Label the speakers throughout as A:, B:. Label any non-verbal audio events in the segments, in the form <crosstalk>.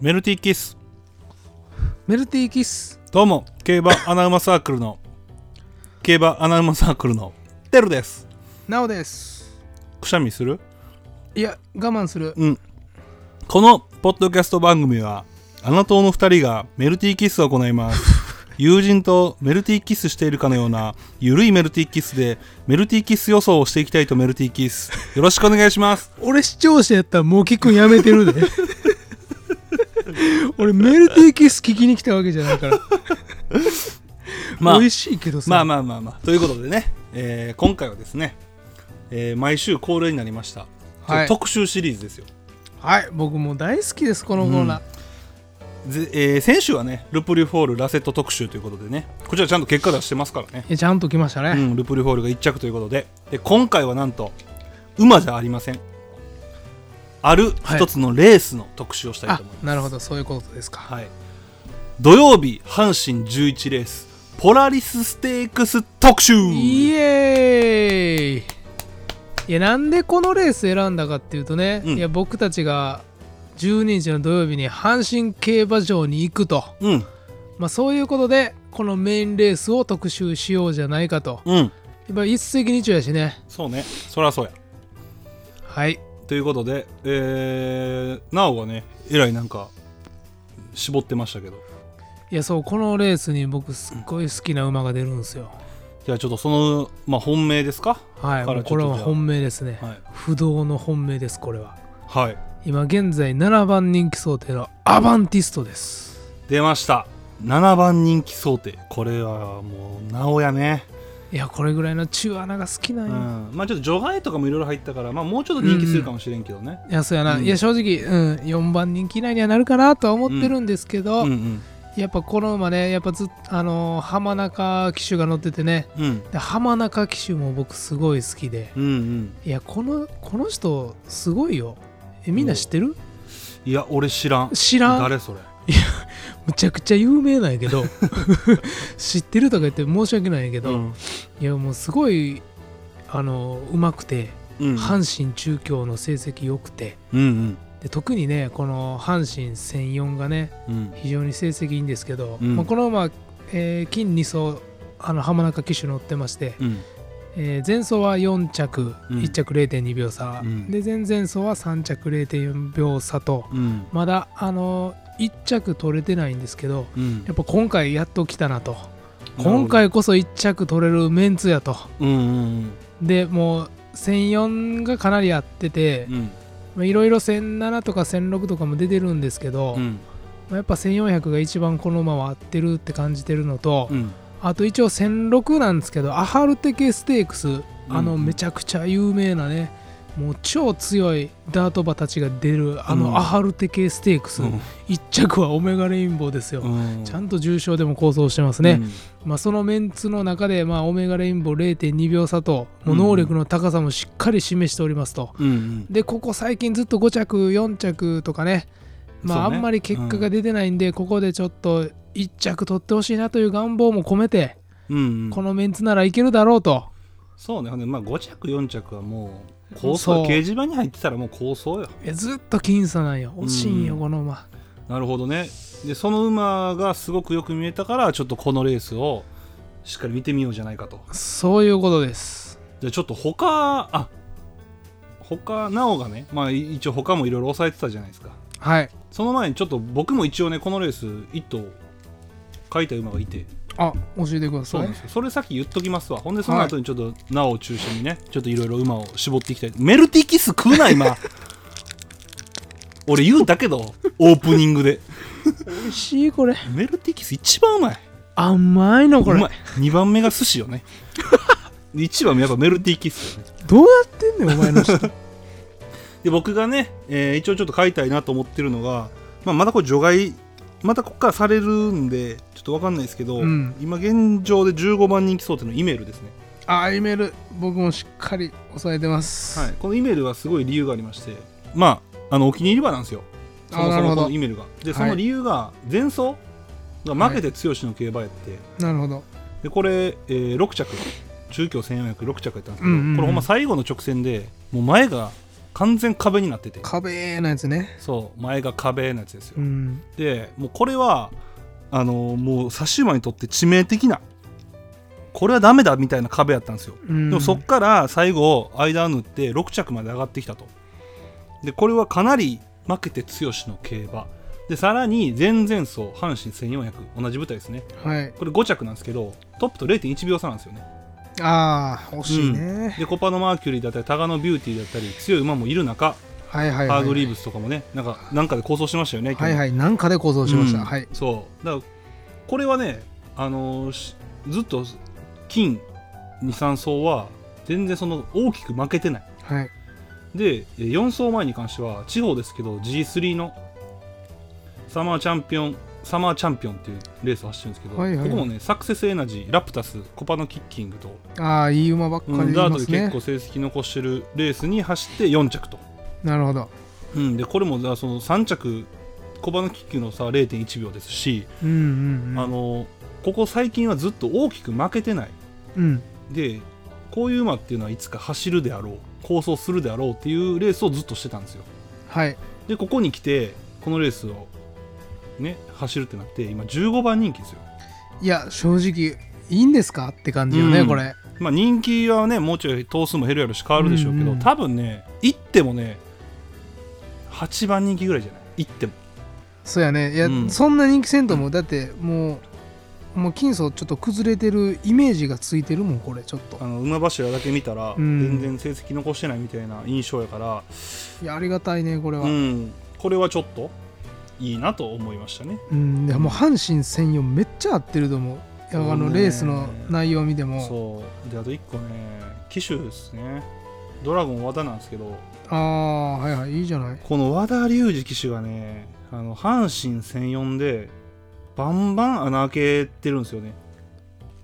A: メルティーキス
B: メルティーキス
A: どうも競馬アナウマサークルの競馬アナウマサークルのテルです
B: なおです
A: くしゃみする
B: いや我慢する
A: うんこのポッドキャスト番組はアナ党の2人がメルティーキスを行います
B: <laughs>
A: 友人とメルティーキスしているかのようなゆるいメルティーキスでメルティーキス予想をしていきたいとメルティーキスよろしくお願いします
B: 俺視聴者やったらもうキ君やめて <laughs> るで俺メルティーキス聞きに来たわけじゃないから、 <laughs>
A: まあ
B: <laughs> 美味しいけどさ、
A: まあまあまあまあということでね、えー今回はですね、えー毎週恒例になりました、
B: はい
A: 特集シリーズですよ
B: はい僕もう大好きですこのコーナー、
A: ぜえー先週はねルプリフォールラセット特集ということでねこちらちゃんと結果出してますからね、
B: えちゃんと来ました
A: う
B: ね、
A: ん、ルプリフォールが1着ということでで今回はなんと馬じゃありませんある一つのレースの特集をしたい
B: あ
A: と思います、
B: なるほどそういうことですか
A: はい、土曜日阪神11レースポラリスステークス特集
B: イエーイいやなんでこのレース選んだかっていうとね、
A: うん
B: いや僕たちが12日の土曜日に阪神競馬場に行くと、
A: うん
B: まあ、そういうことでこのメインレースを特集しようじゃないかと、
A: うん
B: やっぱ一石二鳥やしね
A: そうねそりゃそうや
B: はい
A: ということでえー、なおはねえらいなんか絞ってましたけど
B: いやそうこのレースに僕すっごい好きな馬が出るんですよ、
A: じゃあちょっとその、まあ、本命ですか
B: はい
A: から
B: もうこれは
A: ちょっとじゃあ
B: 本命ですね、
A: はい
B: 不動の本命ですこれは
A: はい
B: 今現在7番人気想定のアバンティストです
A: 出ました7番人気想定これはもうなおやね、
B: いやこれぐらいの中穴が好きな
A: うんん
B: よ、
A: まあちょっと除外とかもいろいろ入ったから、まあ、もうちょっと人気するかもしれんけどね、
B: いやそうやな、
A: うん
B: いや正直、うん、4番人気以内にはなるかなとは思ってるんですけ
A: う
B: ど、
A: ん、うん
B: やっぱこの馬ねやっぱずっあのー浜中騎手が乗っててね
A: うんうん
B: で浜中騎手も僕すごい好きで
A: うんうん
B: いやこのこの人すごいよえみんな知ってる
A: いや俺知らん
B: 知らん
A: 誰それ
B: むちゃくちゃ有名なんや
A: <laughs>
B: けど <laughs> 知ってるとか言って申し訳ないんやけど、
A: うん
B: いやもうすごいあのーうまくて
A: うん
B: 阪神中京の成績良くて
A: うん
B: で特にねこの阪神戦4がね
A: うん
B: 非常に成績いいんですけど、
A: うん
B: まあ、この馬、えー金2走あの浜中騎手乗ってまして、
A: うん
B: えー前走は4着、
A: うん
B: 1着0.2秒差、
A: うん
B: で前々走は3着0.4秒差と
A: うん
B: まだあの1着取れてないんですけど
A: うん
B: やっぱ今回やっと来たなと今回こそ1着取れるメンツやと
A: うんうん
B: でもう1004がかなり合ってて
A: うんうん
B: まあいろいろ1007とか1006とかも出てるんですけど、
A: うん
B: まあやっぱ1400が一番この馬は合ってるって感じてるのと、
A: うん
B: あと一応1006なんですけどアハルテケステークスあの
A: うん
B: めちゃくちゃ有名なねもう超強いダート馬たちが出るあ
A: うん
B: のアハルテケステークス、
A: うん
B: 一着はオメガレインボーですよ、
A: うん
B: ちゃんと重賞でも構想してますね、まあ、そのメンツの中で、まあ、オメガレインボー0.2秒差ともう能力の高さもしっかり示しておりますと、
A: うんうん
B: でここ最近ずっと5着4着とかねまあ
A: そうね
B: あんまり結果が出てないんで、ここでちょっと1着取ってほしいなという願望も込めて、
A: うんうん
B: このメンツならいけるだろうと
A: そうねほんでまあ5着4着はもう構想
B: そう
A: 掲示板に入ってたらもう構想よ
B: えずっと僅差なんよ惜しいんよ、
A: うん
B: この馬
A: なるほどねでその馬がすごくよく見えたからちょっとこのレースをしっかり見てみようじゃないかと
B: そういうことです
A: じゃあちょっと他あ他なおがねまあい一応他もいろいろ抑えてたじゃないですか
B: はい
A: その前にちょっと僕も一応ねこのレース1頭書いた馬がいて
B: あ教えてくだ
A: そう
B: さ
A: ないんですよそれさっき言っときますわほんでその後にちょっとなおを中心にねちょっといろいろ馬を絞っていきたいメルティキス食うな今 <laughs> 俺言うだけどオープニングで
B: 美味しいこれ
A: メルティキス一番うまい
B: 甘いのこれ
A: うまい2番目が寿司よね1番目やっぱメルティーキッスよね
B: どうやってん <laughs> ねんお前の人
A: で僕がね、えー一応ちょっと買いたいなと思ってるのが、まあ、またこれ除外またここからされるんでちょっと分かんないですけど、
B: うん
A: 今現状で15番人気想定のイメールですね、
B: あイメール僕もしっかり抑えてます
A: はい、このイメールはすごい理由がありましてまああのお気に入り場なんですよそも
B: あ
A: そ
B: なる
A: も
B: ほ
A: こ
B: ど
A: のイメールがで
B: は
A: そ
B: い
A: の理由が前走が負けて剛の競馬やって、
B: なるほど
A: でこれ、えー6着中京1400 6着やったんですけど、
B: うんうんうん
A: これほんま最後の直線でもう前が完全壁になってて
B: 壁なやつね
A: そう前が壁のやつですよ、
B: うん
A: でもうこれはあのもう指馬にとって致命的なこれはダメだみたいな壁やったんですよ、
B: うん
A: でもそっから最後間を縫って6着まで上がってきたとでこれはかなり負けて剛の競馬でさらに前々走阪神1400同じ舞台ですね
B: はい
A: これ5着なんですけどトップと0.1秒差なんですよね
B: ああ惜しいね、
A: でコパのマーキュリーだったりタガノビューティーだったり強い馬もいる中
B: はいはいはい
A: ハードリーブスとかもねなんかなんかで構想しましたよね去
B: はい
A: 年
B: はいなんかで構造しまし
A: う
B: た、
A: ん
B: はい
A: そうだからこれはね、あのーしずっと金23走は全然その大きく負けてない
B: はい
A: でえー4走前に関しては地方ですけど G3 のサマーチャンピオンサマーチャンピオンっていうレースを走ってるんですけど、
B: はいはい
A: ここもねサクセスエナジーラプタスコパのキッキングと、
B: ああいい馬ばっか
A: う
B: りい
A: ん、ダー
B: ま
A: トです結
B: ね
A: 構成績残してるレースに走って4着と、
B: なるほど
A: うん、でこれもだからその3着コパのキッキングの差は0.1秒ですし、
B: うんうんうん
A: あのここ最近はずっと大きく負けてない
B: うん
A: でこういう馬っていうのはいつか走るであろう構想するであろうっていうレースをずっとしてたんですよ
B: はい
A: でここに来てこのレースをね走るってなって今15番人気ですよ
B: いや正直いいんですかって感じよね、
A: うん
B: これ
A: まあ人気はねもうちょい頭数も減るやろし変わるでしょうけど、
B: うんうん
A: 多分ね行ってもね8番人気ぐらいじゃない行っても
B: そうやねいや、
A: うん
B: そんな人気せんともだってもうもう金層ちょっと崩れてるイメージがついてるもんこれちょっと
A: あの馬柱だけ見たら
B: うん
A: 全然成績残してないみたいな印象やから、
B: いやありがたいねこれは、う
A: うんん、これはちょっといいなと思いましたね
B: いやもう阪神専用めっちゃ合ってると思ういやあ
A: そう
B: の
A: ね
B: レースの内容見ても
A: そうであと1個ね機種ですねドラゴン和田なんですけど
B: ああはいはいいいじゃない
A: この和田龍二騎手がねあの阪神戦4でバンバン穴開けてるんですよね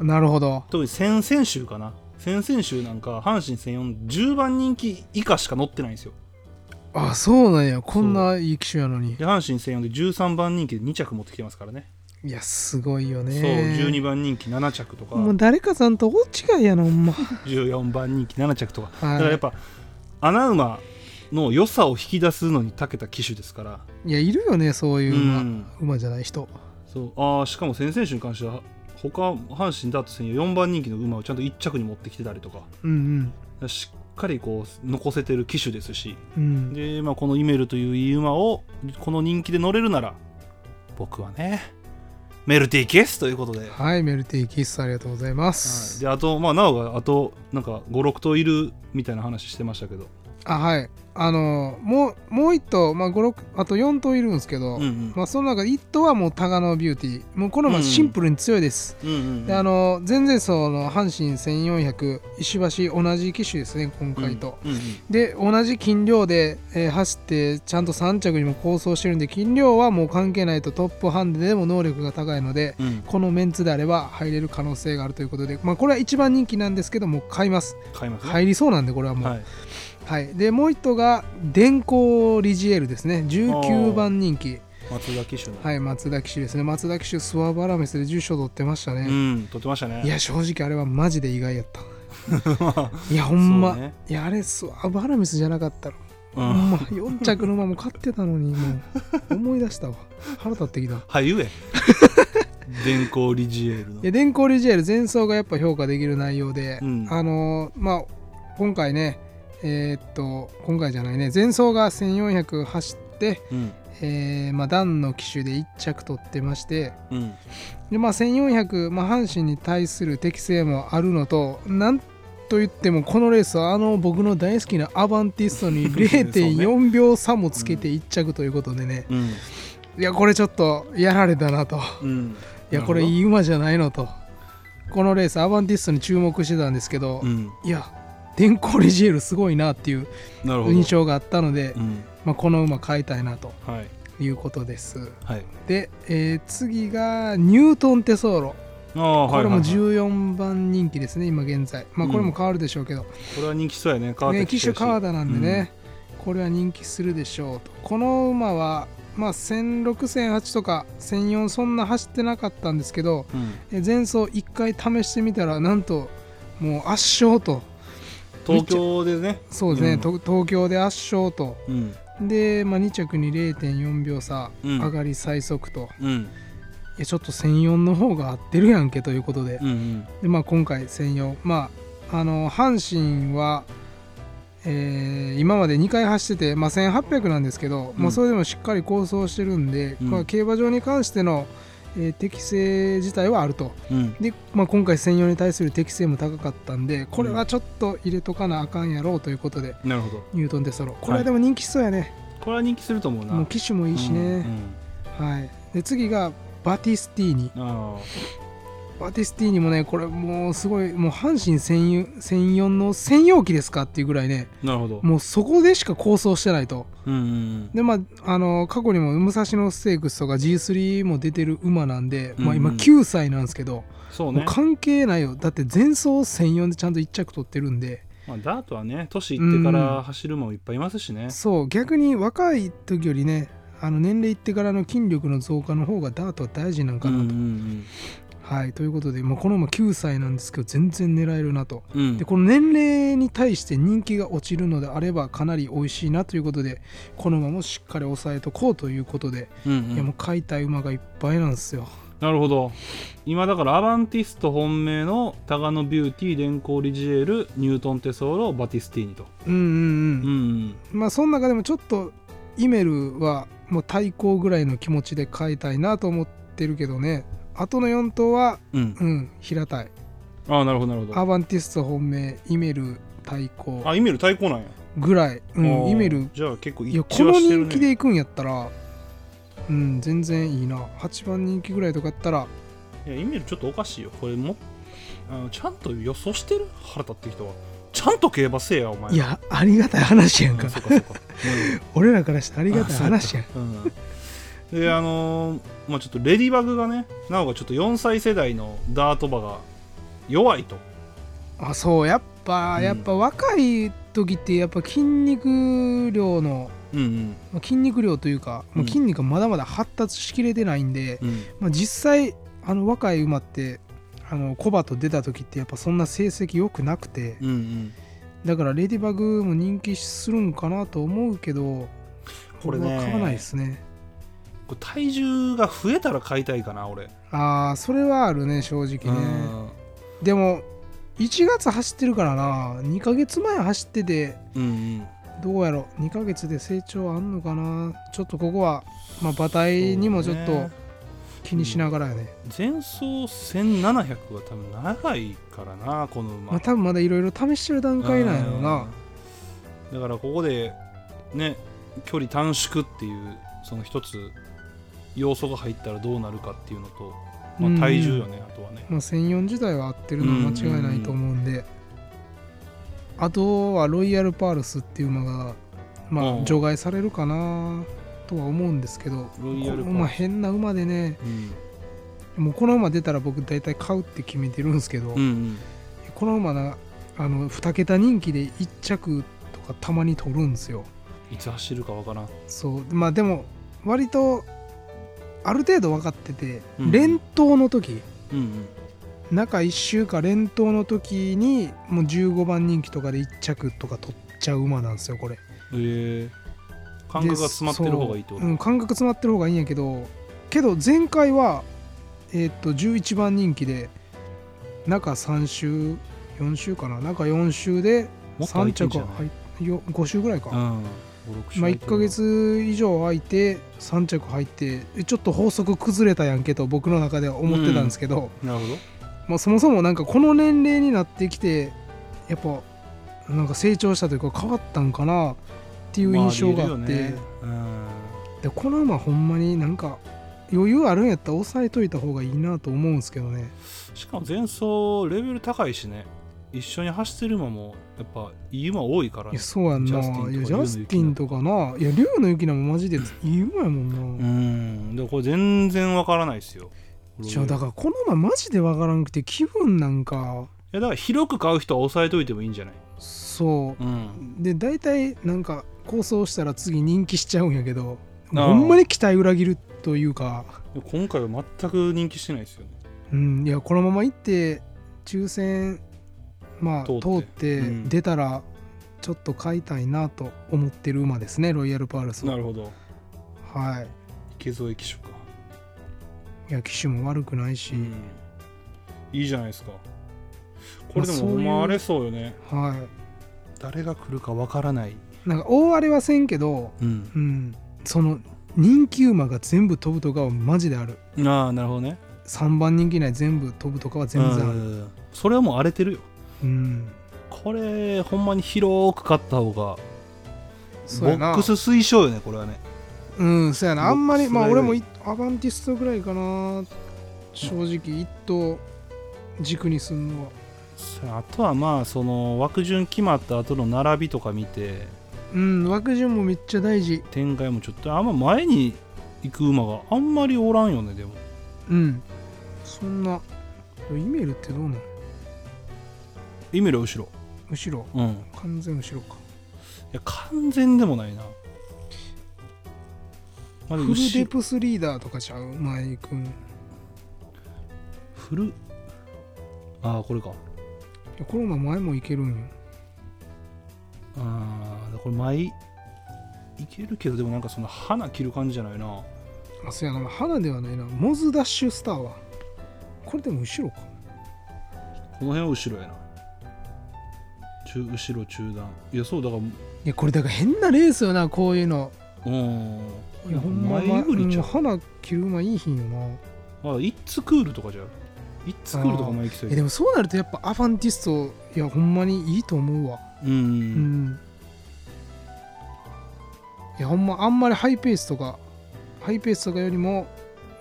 B: なるほど
A: 特に先々週かな先々週なんか阪神戦410番人気以下しか乗ってないんですよ
B: あそうなんやこんないい機種やのに
A: で阪神戦4で13番人気で2着持ってきてますからね、
B: いやすごいよね
A: そう12番人気7着とか
B: もう誰かさんと大違いやなほんま
A: 14番人気7着とかだから
B: は
A: やっぱ穴馬の良さを引き出すのに長けた騎手ですから
B: いいやいるよねそういう馬、
A: うん
B: 馬じゃない人
A: そうあーしかも先々週に関しては他阪神ダート専用4番人気の馬をちゃんと1着に持ってきてたりとか
B: うん
A: しっかりこう残せてる騎手ですし
B: うんうん
A: で、まあ、このイメルといういい馬をこの人気で乗れるなら僕はねメルティーケースということで,、はい、
B: はいメルティーキッスありがとうございます、
A: であとまあなおがあとなんか56頭いるみたいな話してましたけど
B: あはいあのもうもう1頭、まあ、56あと4頭いるんですけど、
A: うんうん
B: まあ、その中で1頭はもうタガノビューティーもうこのま
A: う
B: あ
A: ん
B: シンプルに強いです、
A: うんうん
B: であの前々走の阪神1400石橋同じ機種ですね今回と、
A: うんうん
B: で同じ金量で、えー走ってちゃんと3着にも構想してるんで金量はもう関係ないとトップハンデでも能力が高いので
A: うんうん
B: このメンツであれば入れる可能性があるということで、まあ、これは一番人気なんですけどもう買います
A: 買いますね
B: 入りそうなんでこれはもう、
A: はい
B: はい、でもう一頭が電光リジエルですね19番人気、
A: 松田騎手の、
B: はい、松田騎手ですね松田騎手スワバラメスで重賞取ってました
A: う
B: ね、
A: ん取ってましたね
B: いや正直あれはマジで意外やった
A: <laughs>
B: いやほんま、
A: そうね
B: いやあれスワバラメスじゃなかったら、
A: う
B: ほ
A: ん
B: んま4着の馬も勝ってたのにもう思い出したわ腹立ってきたい
A: はい、言え。電光リジエールの。
B: や電光リジエル前走がやっぱ評価できる内容で、
A: うん
B: あのーまあ今回ねえーっと今回じゃないね前走が1400走って
A: うん。
B: えーまあ、段の騎手で1着取ってまして
A: うん。
B: で、まあ、1400、まあ、阪神に対する適性もあるのとなんと言ってもこのレースはあの僕の大好きなアバンティス
A: <laughs>
B: トに0.4秒差もつけて1着ということでね
A: うん。
B: いやこれちょっとやられたなと
A: うん。
B: いやこれい
A: い。
B: い馬じゃないのとこのレースアバンティストに注目してたんですけど、
A: うん。
B: いや電光レジエルすごいなっていう
A: なるほど。
B: 印。象があったので、
A: うん。
B: まあ、この馬買いたいなと
A: はい。
B: いうことです。
A: はい。
B: で、えー次がニュートン・テソーロ、
A: ああ、はい。
B: これも
A: はいはい
B: 14番人気ですね今現在まあこれも変わるでしょうけど、
A: これは人気そうやね。変わって
B: ね
A: き
B: 機
A: て
B: 種
A: るし
B: 川田なんでね、これは人気するでしょうとこの馬はまあ1006,008とか1004そんな走ってなかったんですけど
A: うん。
B: えー前走1回試してみたらなんともう圧勝と
A: 東京でね、
B: そうですね、
A: うん
B: と東京で圧勝と
A: うん
B: で、まあ、2着に0.4秒差
A: うん
B: 上がり最速と、い
A: うん
B: やちょっと1004の方が合ってるやんけということで,、
A: うん
B: でまあ、今回1004、まあ、あの阪神は、えー今まで2回走ってて、まあ、1800なんですけど、
A: うん
B: まあ、それでもしっかり構想してるんで、
A: うん
B: まあ競馬場に関しての、えー適性自体はあると。
A: うん
B: で、まあ、今回専用に対する適性も高かったんでこれはちょっと入れとかなあかんやろうということで、
A: なるほど
B: ニュートン・デ・ソロこれはでも人気しそうやね、
A: これは人気すると思うな
B: もう機種もいいしね、はい、で次がバティスティーニ
A: うんうんあ
B: バティスティーニもねこれもうすごいもう阪神専用専用の専用機ですかっていうぐらいね
A: あなるほど
B: もうそこでしか構想してないと
A: うんうん
B: でまああの過去にも武蔵野ステークスとか G3 も出てる馬なんで、まあ、今
A: うんうん
B: 9歳なんですけど、
A: そう
B: も
A: ね
B: う、関係ないよだって前走専用でちゃんと1着取ってるんで
A: まあ、ダートはね年いってから走る馬もいっぱいいますしね
B: そう逆に若い時よりねあの年齢いってからの筋力の増加の方がダートは大事なんかなと。
A: うん
B: はいということで、まあ、この馬9歳なんですけど全然狙えるなと。
A: うんうん
B: でこの年齢に対して人気が落ちるのであればかなり美味しいなということでこの馬もしっかり抑えとこうということで、
A: うんうん
B: いやもう買いたい馬がいっぱいなんですよ。
A: なるほど今だからアバンティスト本命のタガノビューティー電光リジエールニュートンテソーロバティスティーニと
B: うんうん
A: う
B: うんん。
A: うん
B: まあその中でもちょっとイメルはもう対抗ぐらいの気持ちで買いたいなと思ってるけどね後の4頭は
A: うん
B: うん平たい。
A: ああなるほどなるほ
B: ア
A: ど
B: バンティスト本命イメル対抗
A: あイメル対抗なんや、
B: ぐらい、うん、
A: あー
B: イメル
A: じゃあ結構
B: い
A: 一
B: や
A: 致
B: こ
A: は
B: の
A: してる
B: 人気で
A: ね
B: いくんやったらうん全然いいな8番人気ぐらいとかやったら
A: いやイメルちょっとおかしいよこれもあのちゃんと予想してる腹立ってきたわちゃんと競馬せえやお前
B: いやありがたい話や
A: うんん
B: か
A: そうかそうか
B: 俺らからしてあ
A: あ
B: りがたい話やん
A: そうやったうんであのーまあちょっとレディバグがねなおがちょっと4歳世代のダート馬が弱いと
B: あそうやっぱ
A: うん
B: やっぱ若い時ってやっぱ筋肉量の
A: うん
B: まあ筋肉量というか、ま
A: うん
B: あ、筋肉がまだまだ発達しきれてないんで、
A: うんうん
B: まあ、実際あの若い馬ってあのコバと出た時ってやっぱそんな成績良くなくて、
A: うんうん
B: だからレディバグも人気するんかなと思うけど
A: これね
B: 僕は買わないですね
A: これ体重が増えたら買いたいかな俺、
B: ああそれはあるね正
A: う
B: 直ね
A: ん
B: でも1月走ってるからな2ヶ月前走ってて
A: うんうん
B: どうやろ2ヶ月で成長あんのかなちょっとここは、まあ、馬体にもちょっ
A: そう
B: と
A: ね
B: 気にしながらやね
A: 前走1700は多分長いからなこの馬
B: まあ多分まだいろいろ試してる段階なんやろな
A: うんだからここでね距離短縮っていうその一つ要素が入ったらどうなるかっていうのと、
B: う
A: まあ、
B: ん
A: 体重よね、あとはね
B: まあ、1004自体は合ってるのは間違いないと思うんで、あとはロイヤルパールスっていう馬が、ま
A: う
B: あ
A: ん、
B: 除外されるかなとは思うんですけど
A: ロイヤ
B: こ
A: ル
B: の
A: パ
B: 馬
A: ー
B: 変な馬でね
A: うん
B: もうこの馬出たら僕大体買うって決めてるんですけど、
A: うんうん
B: この馬なあの2桁人気で1着とかたまに取るんですよ
A: いつ走るかわからん
B: そうまあでも割とある程度分かってて、
A: うん
B: 連投の時、
A: うんうん
B: 中1週か連投の時にもう15番人気とかで1着とか取っちゃう馬なんですよこれ
A: えー、感覚が詰まってる方がいいってこと
B: う、ん、感覚詰まってる方がいいんやけどけど前回はえーっと11番人気で中3週4週かな中4週で
A: もっと空
B: 3
A: いてん
B: 着
A: じゃ
B: は
A: ない
B: 入っよ5週ぐらいか、
A: うん5 6
B: まあ1ヶ月以上空いて3着入ってえちょっと法則崩れたやんけと僕の中では思ってたんですけど、
A: なるほど
B: まあ、そもそもなんかこの年齢になってきてやっぱなんか成長したというか変わったんかなっていう印象があって、
A: まありえるよねうん
B: でこの馬ほんまになんか余裕あるんやったら抑えといた方がいいなと思うんですけどね
A: しかも前走レベル高いしね一緒に走ってる馬もやっぱいい馬多いから
B: い
A: ね
B: やそうやんな
A: ジャスティンとか
B: いやジャスティンとかないや竜の雪菜もマジでいい馬やもんな、
A: うんだからこれ全然わからないですよ
B: じゃあだ
A: い
B: からこの馬マジでわからんくて気分なんか
A: やだから広く買う人は抑えといてもいいんじゃない
B: そ
A: うん
B: うで大体なんか構想したら次人気しちゃうんやけど
A: ああ
B: ほんまに期待裏切るというか
A: でも今回は全く人気してないですよね
B: うん、いやこのまま行って抽選まあ
A: 通
B: 通
A: っ
B: ってて
A: うん
B: 出たらちょっと買いたいなと思ってる馬ですねロイヤルパールス
A: な
B: は
A: るほど
B: はい
A: 池添騎手か、
B: いや騎手も悪くないし、
A: いいじゃないですかこれでもほ
B: まあそうんいう
A: まあれそうよね
B: は
A: 誰が来るかわからない、
B: いなんか大荒れはせんけど
A: うん、
B: うんその人気馬が全部飛ぶとかはマジである
A: ああなるほどね
B: 3番人気以内全部飛ぶとかは全然ある
A: うんそれはもう荒れてるよ
B: うん
A: これほんまに広く買った方が
B: そう
A: ボ
B: やな
A: ックス推奨よねこれはね
B: うんそうやなあんまり
A: ボ
B: ま
A: ッ
B: あ
A: クスライブ
B: 俺もいアバンティストぐらいかな正直一頭軸にすんのは
A: そうあとはまあその枠順決まった後の並びとか見て
B: うん枠順もめっちゃ大事
A: 展開もちょっとあんま前に行く馬があんまりおらんよねでも
B: うんそんなイメールってどうなの
A: イメルは後ろ
B: 後ろ
A: うんい
B: 完全後ろか
A: や完全でもないなまあで
B: フ
A: も
B: ル
A: 後
B: デ
A: ろ
B: プスリーダーとかちゃう前行くんい
A: フルああこれか
B: やこのまま前も行けるんよ
A: ああこれ前いけるけどでもなんかその花切る感じじゃないな
B: あそうやな花ではないなモズダッシュスターはこれでも後ろか
A: この辺は後ろやな中後ろ中段いやそうだから
B: いやこれだから変なレースよなこういうの
A: うん
B: いやほんま
A: 前売りちゃう
B: うん花着る馬いいひんよな
A: あイッツクールとかじゃんイッツクールとか前行きたいけ
B: え
A: ど
B: でもそうなるとやっぱアファンティストいやほんまにいいと思うわ
A: うん
B: うん、いやほんまあんまりハイペースとかハイペースとかよりも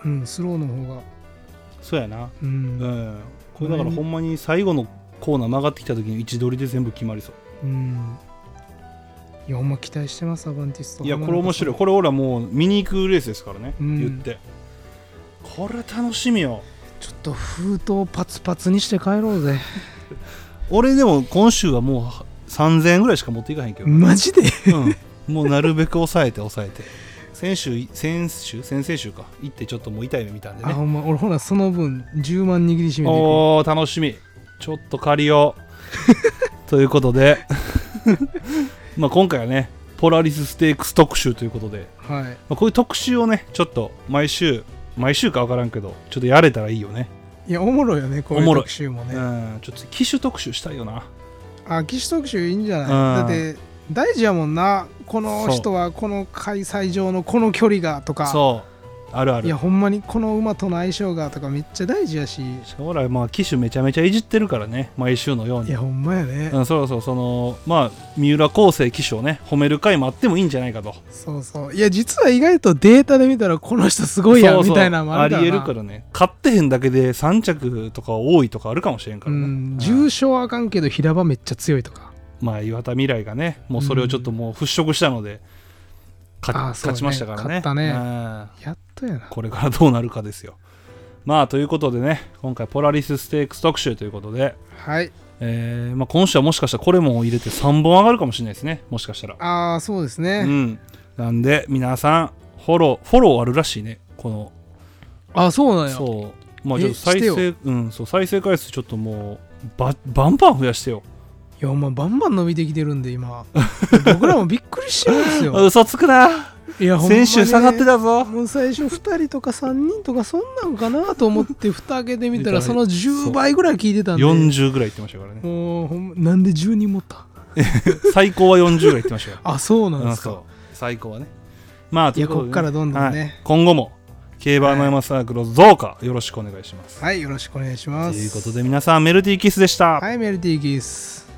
B: うんスローの方が
A: そうやな
B: うん、
A: う
B: うん
A: んこれだからほんまに最後のコーナー曲がってきた時に位置取りで全部決まりそう
B: いやほんま期待してますアファンティスト
A: いやこれ面白い
B: い
A: これ俺らもう見に行くレースですからね、
B: うん
A: 言ってこれ楽しみよ
B: ちょっと封筒パツパツにして帰ろうぜ
A: 俺でも今週はもう3000円ぐらいしか持っていかへんけど、
B: マジで
A: うんもうなるべく抑えて抑えて先週先週先々週か行ってちょっともう痛い目見たんで
B: あ
A: ね
B: ほんま俺ほらその分10万握りしめていくよ
A: おー楽しみちょっと借りよう <laughs> ということでまあ今回はねポラリスステークス特集ということで、
B: はい
A: まあ、こういう特集をねちょっと毎週毎週か分からんけどちょっとやれたらいいよね
B: いやおもろいよねこう
A: お
B: いう
A: もろい
B: 特集もね
A: うんちょっと機種特集したいよな
B: あ騎手特集いいんじゃない
A: うん
B: だって大事やもんなこの人はこの開催上のこの距離がとか
A: そうあるあ
B: い
A: る
B: やほんまにこの馬との相性がとかめっちゃ大事やしい
A: 将来まあ機種めちゃめちゃいじってるからね毎週のように
B: やほんまやね
A: うん、そろそろそのまあ三浦昴生騎手をね褒める回もあってもいいんじゃないかと
B: そうそういや実は意外とデータで見たらこの人すごいや
A: そ
B: ん
A: うそう
B: みたいなのもある
A: あ
B: から
A: り
B: な
A: えるからね勝ってへんだけで3着とか多いとかあるかもしれんか
B: う
A: らね、
B: ん
A: うん
B: 重賞あかんけど平場めっちゃ強いとか
A: まあ岩田未来がねもうそれをちょっともう払拭したので、勝
B: ああそうね
A: 勝ちましたからね
B: 勝った
A: うん
B: ねやっとやな
A: これからどうなるかですよまあということでね今回ポラリスステークス特集ということで、
B: はい
A: えーまあ、今週はもしかしたらこれも入れて3本上がるかもしれないですねもしかしたら
B: ああそうです
A: う
B: ね
A: ん、なんで皆さんフォローフォローあるらしいねこの
B: あそうなんや
A: そうまあ
B: え
A: ちょっと再
B: して
A: 生うんそう再生回数ちょっともうババンバン増やしてよ
B: いやほんまバンバン伸びてきてるんで今僕らもびっくりしてるんで
A: <laughs>
B: すよ
A: 嘘つくない
B: やほんまね
A: 先週下がってたぞ
B: もう最初2人とか3人とかそんなんかなと思って蓋開けてみた
A: 見たら
B: らその10倍ぐらい聞いてたんで
A: 40ぐらい言ってましたからね
B: もうほんまなんで10人持った
A: 最高は40ぐらい言ってましたよ
B: あそうなん
A: う
B: で
A: ん
B: すか
A: そう最高はねまあと
B: いや
A: うと
B: こ
A: で
B: っ
A: ね
B: からどんどん
A: はい
B: ね
A: 今後も競馬の山サークル増加よろしくお願いします
B: はい、よろしくお願いし
A: と
B: ます
A: いうことで皆さんメルディーキスでした
B: はいメルティーギース